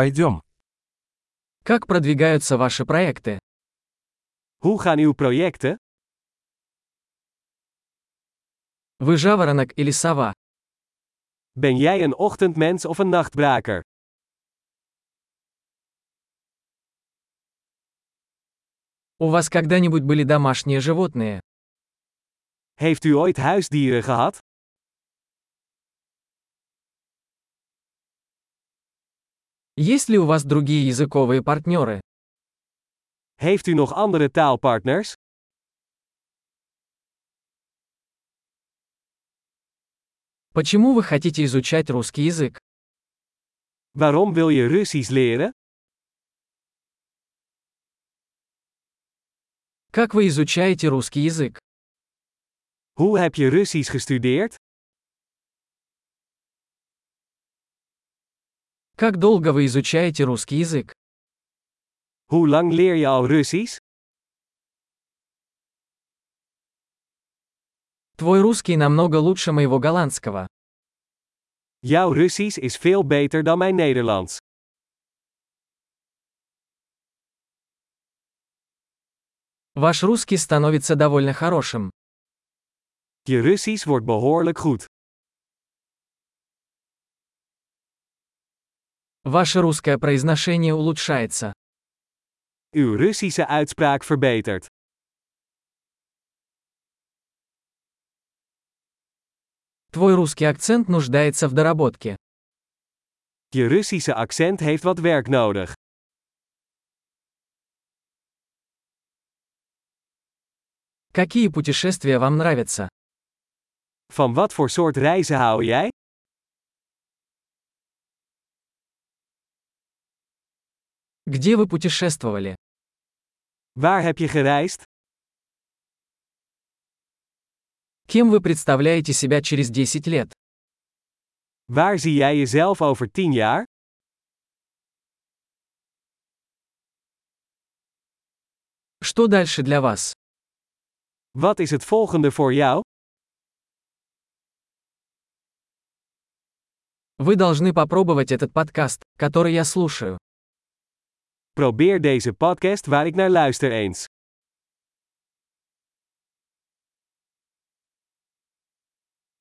Пойдем. Как продвигаются ваши проекты? Hoe gaan uw projecten? Вы жаворонок или сова? Ben jij een ochtendmens of een nachtbraker? У вас когда-нибудь были домашние животные? Heeft u ooit huisdieren gehad? Есть ли у вас другие языковые партнеры? Heeft u nog andere taalpartners? Почему вы хотите изучать русский язык? Waarom wil je Russisch leren? Как вы изучаете русский язык? Hoe heb je Russisch gestudeerd? Как долго вы изучаете русский язык? Hoe lang leer je al Russisch? Твой русский намного лучше моего голландского. Jouw Russisch is veel beter dan mijn Nederlands. Ваш русский становится довольно хорошим. Je Russisch wordt behoorlijk goed. Ваше русское произношение улучшается. Uw Russische uitspraak verbetert. Твой русский акцент нуждается в доработке. Je Russische accent heeft wat werk nodig. Какие путешествия вам нравятся? Van wat voor soort reizen hou jij? Где вы путешествовали? Waar heb je gereisd? Кем вы представляете себя через 10 лет? Waar zie jij jezelf over 10 jaar? Что дальше для вас? Wat is het volgende voor jou? Вы должны попробовать этот подкаст, который я слушаю. Probeer deze podcast waar ik naar luister eens.